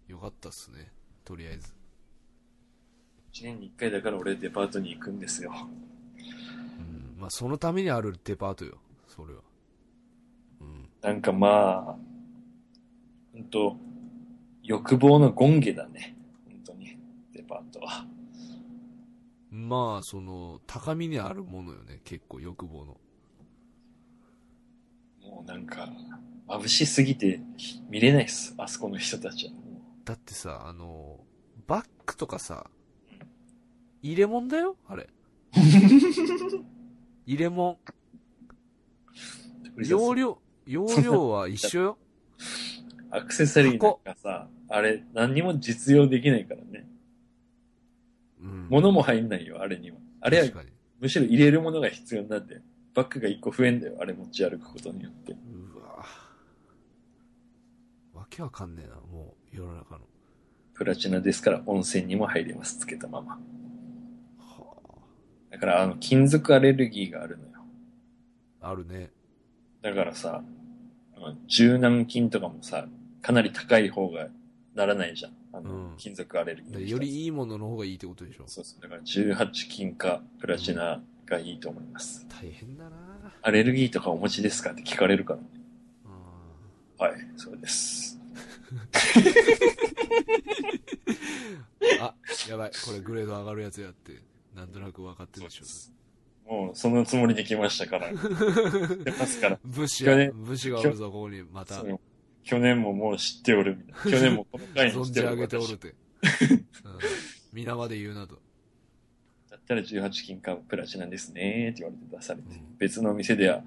S1: よかったっすねとりあえず
S3: う、1年に1回だから俺デパートに行くんですよ。
S1: うんまあそのためにあるデパートよそれはうん
S3: なんかまあ、ほんと、欲望の権下だね。本当に、デパートは。
S1: まあその高みにあるものよね結構欲望の
S3: もうなんか、眩しすぎてひ見れないっす。あそこの人たちは。も
S1: だってさあのバッグとかさ入れ物だよあれ入れ物
S3: う
S1: 容量容量は一緒よ
S3: アクセサリーなんかさ、あれ、何にも実用できないからね。
S1: うん
S3: 物も入んないよ、あれには。あれは
S1: 確、かに
S3: むしろ入れるものが必要なんだよ。バッグが一個増えんだよ、あれ持ち歩くことによって。
S1: うわわけわかんねえなもう世の中の
S3: プラチナですから温泉にも入れます、つけたまま。
S1: は
S3: だから、あの、金属アレルギーがあるのよ。
S1: ああるね
S3: だからさ、あの柔軟筋とかもさ、かなり高い方がならないじゃん。あの、
S1: うん
S3: 金属アレルギー
S1: だから
S3: の人
S1: よ
S3: は。
S1: りいいものの方がいいってことでしょ
S3: そうそう。だから18金かプラチナがいいと思います。
S1: 大変だな
S3: アレルギーとかお持ちですかって聞かれるからね。
S1: う
S3: はい、そうです。
S1: んあやばいこれグレード上がるやつやってなんとなく分かって
S3: そ
S1: る
S3: う
S1: でし
S3: で
S1: ょ
S3: す。もう、そのつもりで来ましたから。出ますから。
S1: 武士
S3: 去
S1: や
S3: 年
S1: 武士がおるぞここにまた
S3: その去年ももう知っておるみ たいな。去年もこの回に
S1: 存
S3: 知
S1: じ
S3: ってお
S1: 上
S3: る。
S1: げておるっ
S3: 私
S1: て、うん、皆まで言うなと、
S3: だったら18金かプラチナですねって言われて出されて、
S1: うん
S3: 別の店では、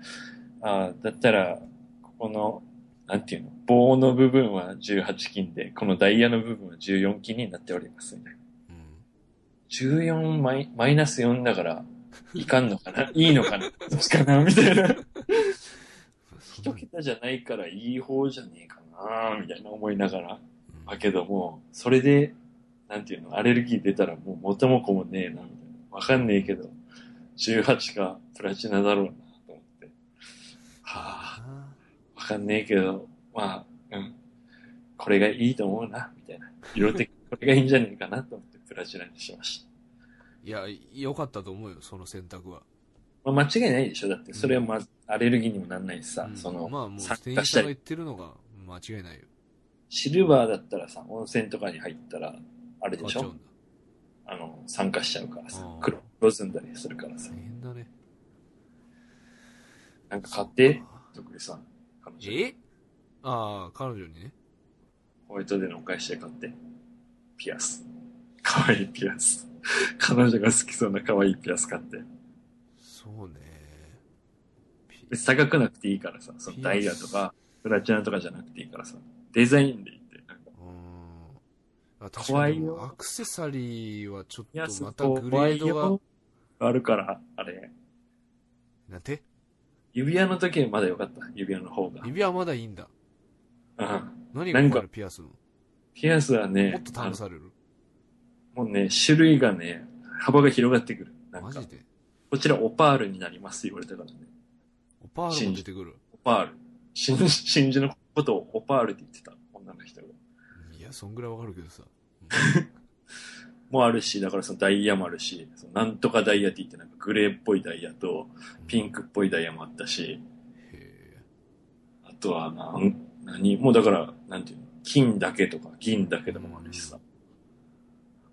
S3: ああ、だったら、ここの、なんていうの、棒の部分は18金で、このダイヤの部分は14金になっておりますみたいな。
S1: うん、
S3: 14マイマイナス4だから、いかんのかないいのかなどっちかなみたいな。
S1: そ
S3: 一
S1: んな
S3: 桁じゃないからいい方じゃねえかなみたいな思いながら。
S1: うん
S3: だけども、それで、なんていうの、アレルギー出たらもう元も子もねえな、みたいな。わかんねえけど、18かプラチナだろうな、と思って。はあ、
S1: あ
S3: わかんねえけど、まあ、うん。これがいいと思うな、みたいな。色的、これがいいんじゃねえかな、と思ってプラチナにしました。
S1: ーいや良かったと思うよその選択は
S3: まあ、間違いないでしょだって、それはまず、アレルギーにもなんないしさ、
S1: うん
S3: その、
S1: まあもう
S3: 酸
S1: 店員
S3: 化し
S1: さ
S3: た
S1: んが
S3: り
S1: 言ってるのが間違いないよ
S3: シルバーだったらさ、温泉とかに入ったら、あれ
S1: 変
S3: で
S1: わっ
S3: し
S1: ちゃう
S3: ょ
S1: んだ
S3: あの、酸化しちゃうからさ
S1: あー、
S3: 黒、黒ずんだりするからさ。
S1: 大変だね
S3: なんか買って、徳井さん。彼女
S1: えああ彼女にね
S3: ホワイトデーのお返しで買って。ピアス。可愛いピアス。 彼女が好きそうな可愛いピアス買って。
S1: そうねピ
S3: 別に高くなくていいからさ、そのダイヤとか、プラチナとかじゃなくていいからさ、デザインでいって、なんか、
S1: うーんあ確
S3: 怖
S1: か
S3: い
S1: に
S3: よ
S1: でもアクセサリーはちょっ
S3: ピア
S1: と
S3: ス
S1: また
S3: と
S1: グレード
S3: ワイ
S1: が
S3: ヤーあるから、あれ、
S1: なんて
S3: 指輪の時はまだ良かった、指輪の方が。
S1: 指輪まだいいんだ
S3: うん。
S1: 何が困
S3: 何か
S1: るピアスのも
S3: ピアスはね
S1: っと、試される
S3: あのもうね、種類がね、幅が広がってくる。なん
S1: マ
S3: か
S1: ジ、で
S3: こちらオパールになります言われたからね。
S1: オパールも出てくる
S3: オパール。真 珠真珠のことをオパールって言ってた、女の人が。
S1: いやそんぐらいわかるけどさ
S3: もあるし、だからそのダイヤもあるし、そのなんとかダイヤって言ってなんかグレーっぽいダイヤとピンクっぽいダイヤもあったし、
S1: へ
S3: あとはなん、何もうだから、なんていうの金だけとか銀だけとかもあるしさ。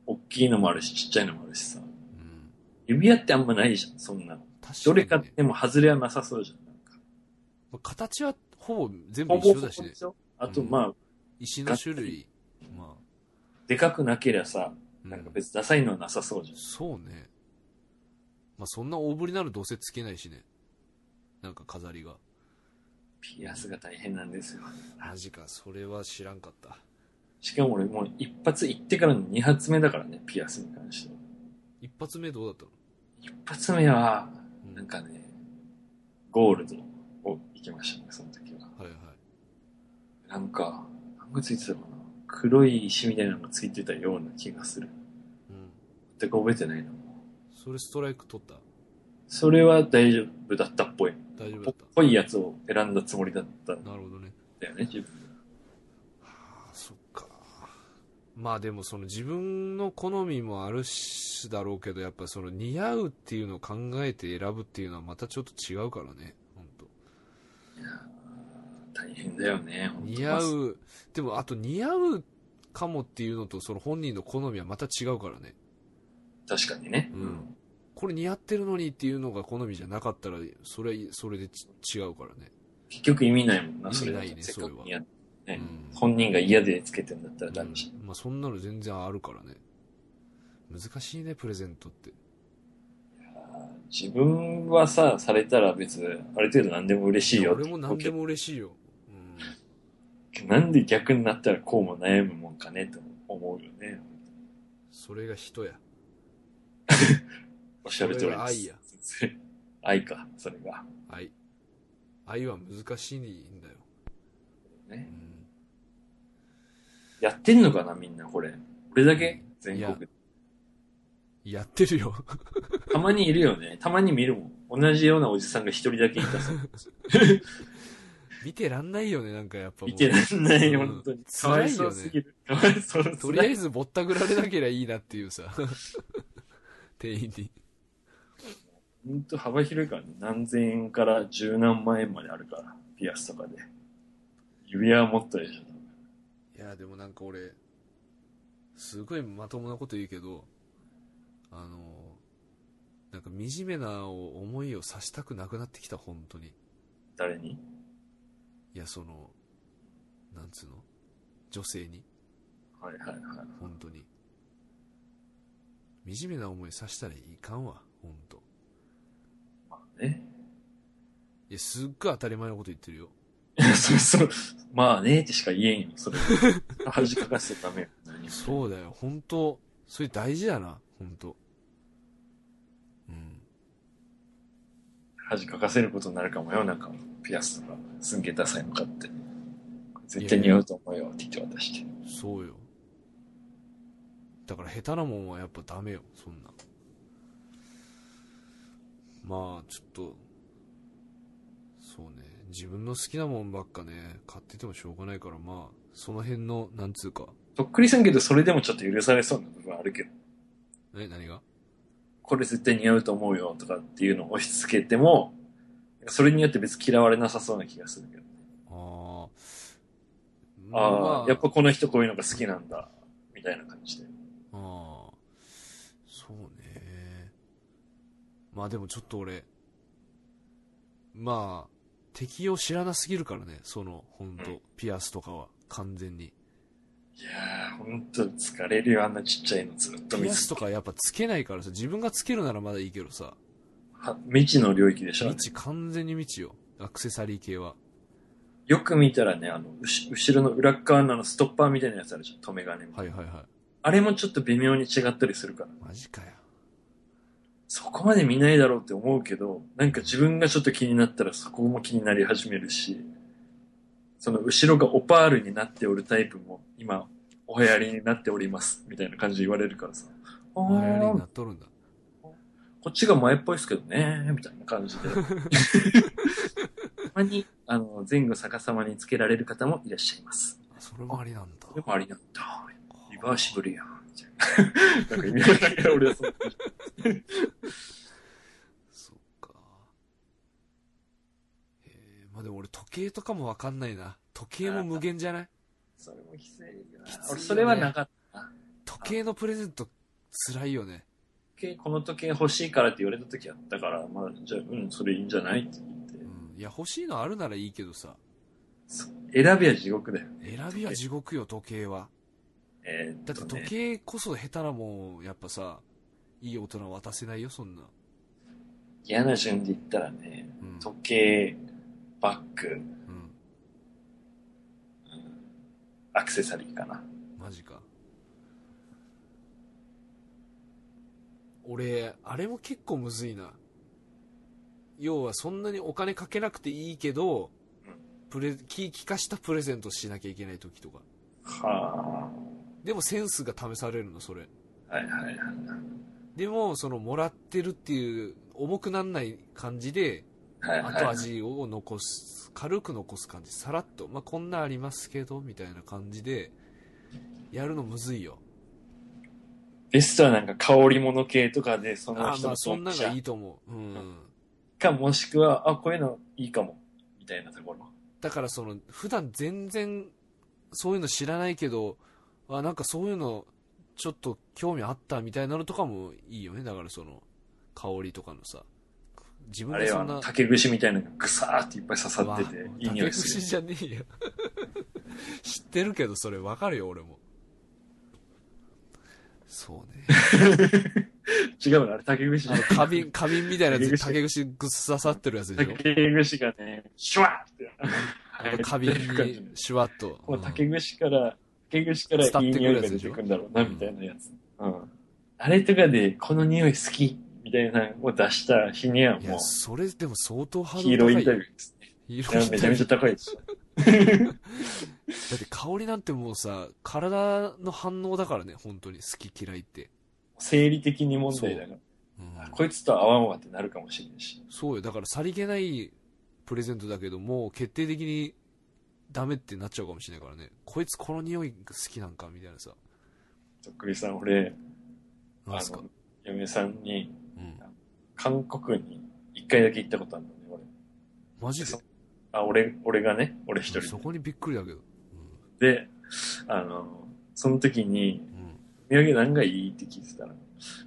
S3: 大きいのもあるし、ちっちゃいのもあるしさ。
S1: え。うん。
S3: 指輪ってあんまないじゃん、そんなの。
S1: 確かに、ね。
S3: どれ買っても外れはなさそうじゃん。なんか
S1: まあ形はほぼ全部
S3: ほぼ
S1: 一緒
S3: ほぼ
S1: だしね
S3: で。しょあと、
S1: うん
S3: まあ、
S1: 石の種類。ま
S3: でかくなけりゃさ、
S1: あ。
S3: なんか別にダサいのはなさそうじゃん。
S1: そうね。まあ、そんな大ぶりなのどうせつけないしね。なんか飾りが。
S3: ピアスが大変なんですよ。
S1: マジか、それは知らんかった。
S3: しかも俺もう一発行ってからの二発目だからね、ピアスに関しては。
S1: 一発目どうだったの
S3: 一発目は、
S1: う
S3: なんかね、ゴールドを行きましたね、その時は。
S1: はいはい。
S3: なんか、なんかついてたのかな黒い石みたいなのがついてたような気がする。
S1: うん。
S3: 全く覚えてないな。
S1: それストライク取った
S3: それは大丈夫だったっぽい。
S1: 大丈夫だ
S3: ぽ
S1: っ
S3: っぽいやつを選んだつもりだったん
S1: たなるほどね。
S3: だよね、自分。
S1: ああ、そっか。まあでもその自分の好みもあるしだろうけど、やっぱその似合うっていうのを考えて選ぶっていうのはまたちょっと違うからね。本当
S3: いやー大変だよね、ほんと
S1: 似合。う、でもあと似合うかもっていうのとその本人の好みはまた違うからね。
S3: 確かにね。
S1: うん。これ似合ってるのにっていうのが好みじゃなかったら、それは、それでち違うからね。
S3: 結局意味ないもんな、
S1: 意
S3: それ
S1: 味ない
S3: だと
S1: ね
S3: せっか
S1: それ
S3: く
S1: は
S3: 似合ってね
S1: うん
S3: 本人が嫌でつけてんだったらダメじゃん。
S1: うんまあそんなの全然あるからね。難しいね、プレゼントって。
S3: 自分はさ、されたら別、ある程度何でも嬉しいよって
S1: 俺も何でも嬉しいよ。うん。
S3: なんで逆になったらこうも悩むもんかねと思うよね。
S1: それが人や。
S3: おっしゃる通り
S1: それ
S3: で
S1: が
S3: す。
S1: 愛や。
S3: 愛か、それが。
S1: 愛。愛は難しいんだよ。う
S3: ね、
S1: ん
S3: やってんのかな、みんなこれ。俺だけ全国で。
S1: やってるよ。
S3: たまにいるよね。たまに見るもん。同じようなおじさんが一人だけい たそう。
S1: 見てらんないよね、なんかやっぱもう。
S3: 見てらんない、
S1: うん
S3: 本当に。かわ
S1: 辛
S3: い
S1: い
S3: そ
S1: よ
S3: うすぎ
S1: ね。
S3: る。かわいそうす
S1: と
S3: ぎ
S1: りあ
S3: る。
S1: えずぼったくられなけりゃいいなっていうさ。 店員に。
S3: 本当幅広いからね。何千円から十何万円まであるから。ピアスとかで。指輪はもっとでしょ。
S1: いやでもなんか俺すごいまともなこと言うけどあのなんか惨めな思いをさしたくなくなってきた本当にい
S3: 誰に
S1: やそのなんつうの女性に
S3: はいはいはい。
S1: 本当に惨めな思いさしたらいかんわ本当
S3: まあね。
S1: いやすっごい当たり前のこと言ってるよ
S3: いやそうそう。まあねってしか言えんよ、それ。恥かかせてダメよ。何も
S1: そうだよ本当それ大事だな本当うん
S3: 恥かかせることになるかもよ、なんか、ピアスとか、すんげえダサいのかって。絶対似合うと思うよって言って渡して。
S1: そうよだから下手なもんはやっぱダメよそんなまあちょっとそうね自分の好きなもんばっかね買っててもしょうがないからまあその辺のなんつうか
S3: とっくりすんけど、それでもちょっと許されそうな部分あるけど、
S1: え何が
S3: これ絶対似合うと思うよとかっていうのを押し付けても、それによって別に嫌われなさそうな気がするけど。
S1: ああ
S3: あ
S1: ま
S3: あ、やっぱこの人こういうのが好きなんだ、みたいな感じで。
S1: ああそうねまあでもちょっと俺まあ敵を知らなすぎるからねその本当、
S3: うん
S1: ピアスとかは完全に
S3: いやー、ほんと疲れるよ、あんなちっちゃいのずっと見
S1: ピア
S3: つ
S1: スとかやっぱつけないからさ自分がつけるならまだいいけどさ
S3: は未知の領域でしょあれ
S1: 未知完全に未知よアクセサリー系は
S3: よく見たらね、あの、うし後ろの裏っ側のあのストッパーみたいなやつあるじゃん、留め金みたいな
S1: はいはいは
S3: あれもちょっと微妙に違ったりするから。
S1: いマジかよ
S3: そこまで見ないだろうって思うけど、なんか自分がちょっと気になったらそこも気になり始めるし、その後ろがオパールになっておるタイプも、今、お流行りになっております、みたいな感じで言われるからさ。あ
S1: 流行りに
S3: ー
S1: なっとるんだ
S3: こっちが前っぽいですけどね、みたいな感じ で。たまに、あの、前後逆さまにつけられる方もいらっしゃいます。
S1: あそれもありなんだ
S3: でもありなんだ。意バーシブルやん、み たいな。なんか意味わかんない。俺はその
S1: そっか。えー、まあでも俺時計とかもわかんないな。時計も無限じゃない
S3: それもきついな
S1: きついよね
S3: 俺、それはなかった。
S1: 時計のプレゼント、辛いよね。
S3: 時計、この時計欲しいからって言われた時あったから、まあ、じゃあ、うん、それいいんじゃないって
S1: う
S3: 言っ
S1: ん。いや、欲しいのあるならいいけどさ。
S3: て。選びは地獄だよ。
S1: 選びは地獄よ、時計は。
S3: えー
S1: だ
S3: っ
S1: って
S3: と
S1: 時
S3: ね、
S1: 計こそ下手なもん、やっぱさ、いい大人渡せないよ、そんな。
S3: 嫌な順で言ったらね、
S1: うん。
S3: 時計、バッグ、
S1: うん。
S3: アクセサリーかな。
S1: マジか。俺、あれも結構むずいな。要はそんなにお金かけなくていいけど
S3: うん、
S1: プレ、気利かしたプレゼントしなきゃいけない時とか。
S3: は
S1: でもセンスが試されるの、それ。
S3: あ。はいはいはいはい。
S1: でも、その、もらってるっていう、重くなんない感じで、
S3: はいはい、
S1: 後味を残す、軽く残す感じ、さらっと、まあ、こんなんありますけど、みたいな感じで、やるのむずいよ。
S3: ベストはなんか香り物系とかで、その
S1: あー
S3: 人
S1: ま
S3: の
S1: あ、そんなの
S3: 者
S1: がいいと思う。うん。
S3: か、もしくは、あ、こういうのいいかも、みたいなところ。
S1: だから、その、普段全然、そういうの知らないけど、あ、なんかそういうの、ちょっと興味あったみたいなのとかもいいよね。だから、その、香りとかのさ、自
S3: あ
S1: 分
S3: れ
S1: で
S3: よ
S1: そ
S3: あ
S1: んな
S3: の、、竹串みたいなのがぐさーっていっぱい刺さってて、いい匂いす
S1: 竹串
S3: る。
S1: じゃねえよ 知ってるけどそれわかるよ俺もそうね
S3: 違うの、あれ竹串じゃ
S1: あ
S3: ない
S1: の花瓶花瓶みたいなや
S3: 竹
S1: つ
S3: 串
S1: 竹串ぐっ刺さってるやつでしょ
S3: 竹串がね、シュワーって。
S1: あの花瓶にシュワッと、
S3: もう
S1: うん
S3: 竹串から、竹串からいい匂いが出てくるんだろうな、
S1: 伝わ
S3: み
S1: ってく
S3: たいなやつ。うん。あれとかで、この匂い好き、みたいなのを出した日にはいも
S1: や
S3: う、
S1: それでも相当ハード
S3: ヒーローインタ
S1: 高い
S3: ビ
S1: よ
S3: ューですね。
S1: ヒ
S3: い
S1: ーローイ
S3: や
S1: ンタビュー
S3: めちゃめちゃ高いです。
S1: だって香りなんてもうさ体の反応だからね本当に好き嫌いって、
S3: 生理的に問題だ
S1: う
S3: から。
S1: ん
S3: あこいつとは合わんわってなるかもしれんし。
S1: そうよだからさりげないプレゼントだけどもう決定的にダメってなっちゃうかもしれないからねこいつこの匂いが好きなんかみたいなさ
S3: とっくりさん、俺、あ
S1: なんすか
S3: の、嫁さんに、
S1: うん
S3: 韓国に一回だけ行ったことあるのね、俺。
S1: マジで
S3: そあ、俺、俺がね、俺一
S1: そ
S3: 人
S1: こにびっくりだけど
S3: で。で、あの、その時に、
S1: うん、うん
S3: お土産何がいいって聞いてたら、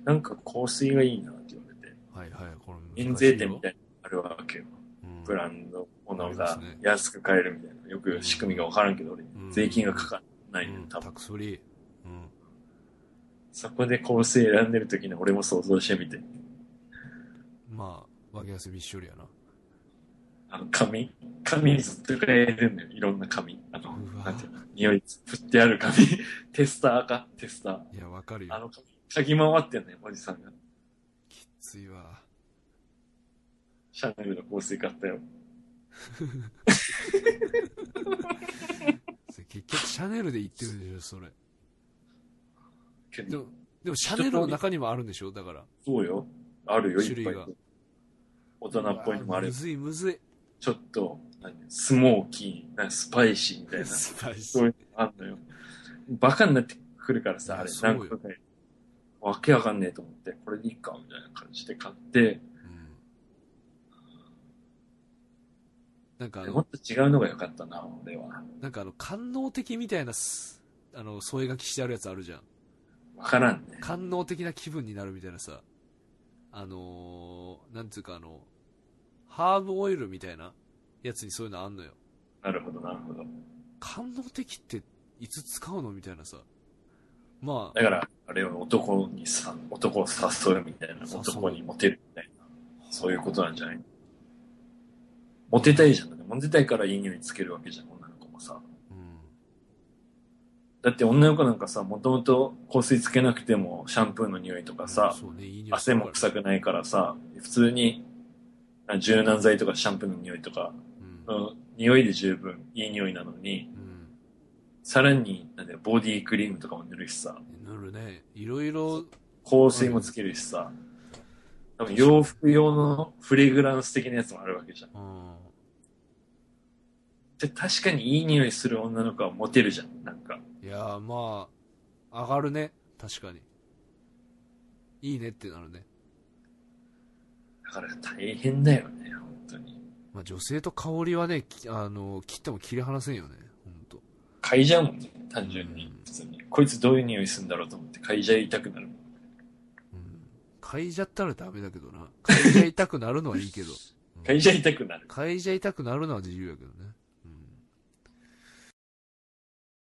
S3: なんか香水がいいなって言われて、
S1: はいはいこれ
S3: 免税店みた
S1: い
S3: いなのあるわけよ。
S1: な、うん
S3: ブランド物
S1: あ
S3: が
S1: りますね
S3: 安く買えるみたいな。よく仕組みがわからんけど、俺
S1: う、ん
S3: 税金がかかんないの
S1: う
S3: よ
S1: ん、
S3: 多
S1: タ
S3: 分。
S1: クソリー、うん、
S3: そこで香水選んでる時に俺も想像してみて、
S1: まあ分け合わせびっしょりやな
S3: あの、紙紙ずっとくれるんだよ。いろんな紙。あの
S1: う、わ
S3: なんていうの匂い振ってある紙。 テスターかテスター。
S1: いやわかる
S3: あ
S1: よ
S3: の紙、嗅ぎ回ってんのよ、おじさんが。
S1: きついわ
S3: シャネルの香水買ったよ。
S1: それ結局シャネルで言ってるでしょそれ
S3: け
S1: で
S3: ど
S1: も、でもシャネルの中にもあるんでしょだから
S3: そうよ。あるよ、い
S1: 種
S3: っぱ
S1: 類
S3: い
S1: が。
S3: 大人っぽいのもあ
S1: うわ
S3: る
S1: むずいむずい
S3: ちょっと、何スモーキー、なんかスパイシーみ たいな。
S1: スパイシー
S3: そういうのあんのよ。バカになってくるからさ、あれ
S1: いや、そうよ
S3: 何個か。わけわかんねえと思って、これでいいか、みたいな感じで買って、
S1: うんなんかあ
S3: も
S1: の
S3: っ、と違うのが良かったな、俺は。
S1: なんかあの、官能的みたいなす、あの、添え書きしてあるやつあるじゃん。
S3: わからんね。
S1: 官能的な気分になるみたいなさ、あのー、なんつうかあの、ハーブオイルみたいなやつにそういうのあんのよ。
S3: なるほど、なるほど。
S1: 官能的っていつ使うのみたいなさ。まあ、
S3: だから、あれは男にさ、男を誘うみたいな、
S1: 誘う
S3: 男にモテるみたいな、そういうことなんじゃないモテたいじゃん。モテたいからいい匂いつけるわけじゃん、女の子もさ。
S1: うん。
S3: だって女の子なんかさ、もともと香水つけなくてもシャンプーの匂いとかさ、
S1: そうね、いい匂いす
S3: 汗
S1: る
S3: も臭くないからさ、普通にあ柔軟剤とかシャンプーの匂いとか、
S1: うん。
S3: の匂いで十分いい匂いなのに、
S1: うん。
S3: さらになんだよボディクリームとかも塗るしさ、
S1: なるね。いろいろ、
S3: 香水もつけるしさ、多分洋服用のフレグランス的なやつもあるわけじゃん。
S1: うん。
S3: で、確かにいい匂いする女の子はモテるじゃん、なんか。
S1: いやーまあ上がるね。確かに。いいねってなるね。
S3: だから大変だよね、本当に。
S1: まあ、女性と香りはね、きあの、切っても切り離せんよね。ほんと。
S3: 嗅いじゃうもんね、単純
S1: う
S3: に
S1: ん。
S3: 普通に。こいつどういう匂いするんだろうと思って嗅いじゃいたくなるもん。
S1: うん。嗅いじゃったらダメだ けどな。嗅いじゃいたくなるのはいいけど。うん
S3: 嗅いじゃいたくなる。
S1: 嗅いじゃいたくなるのは自由やけどね。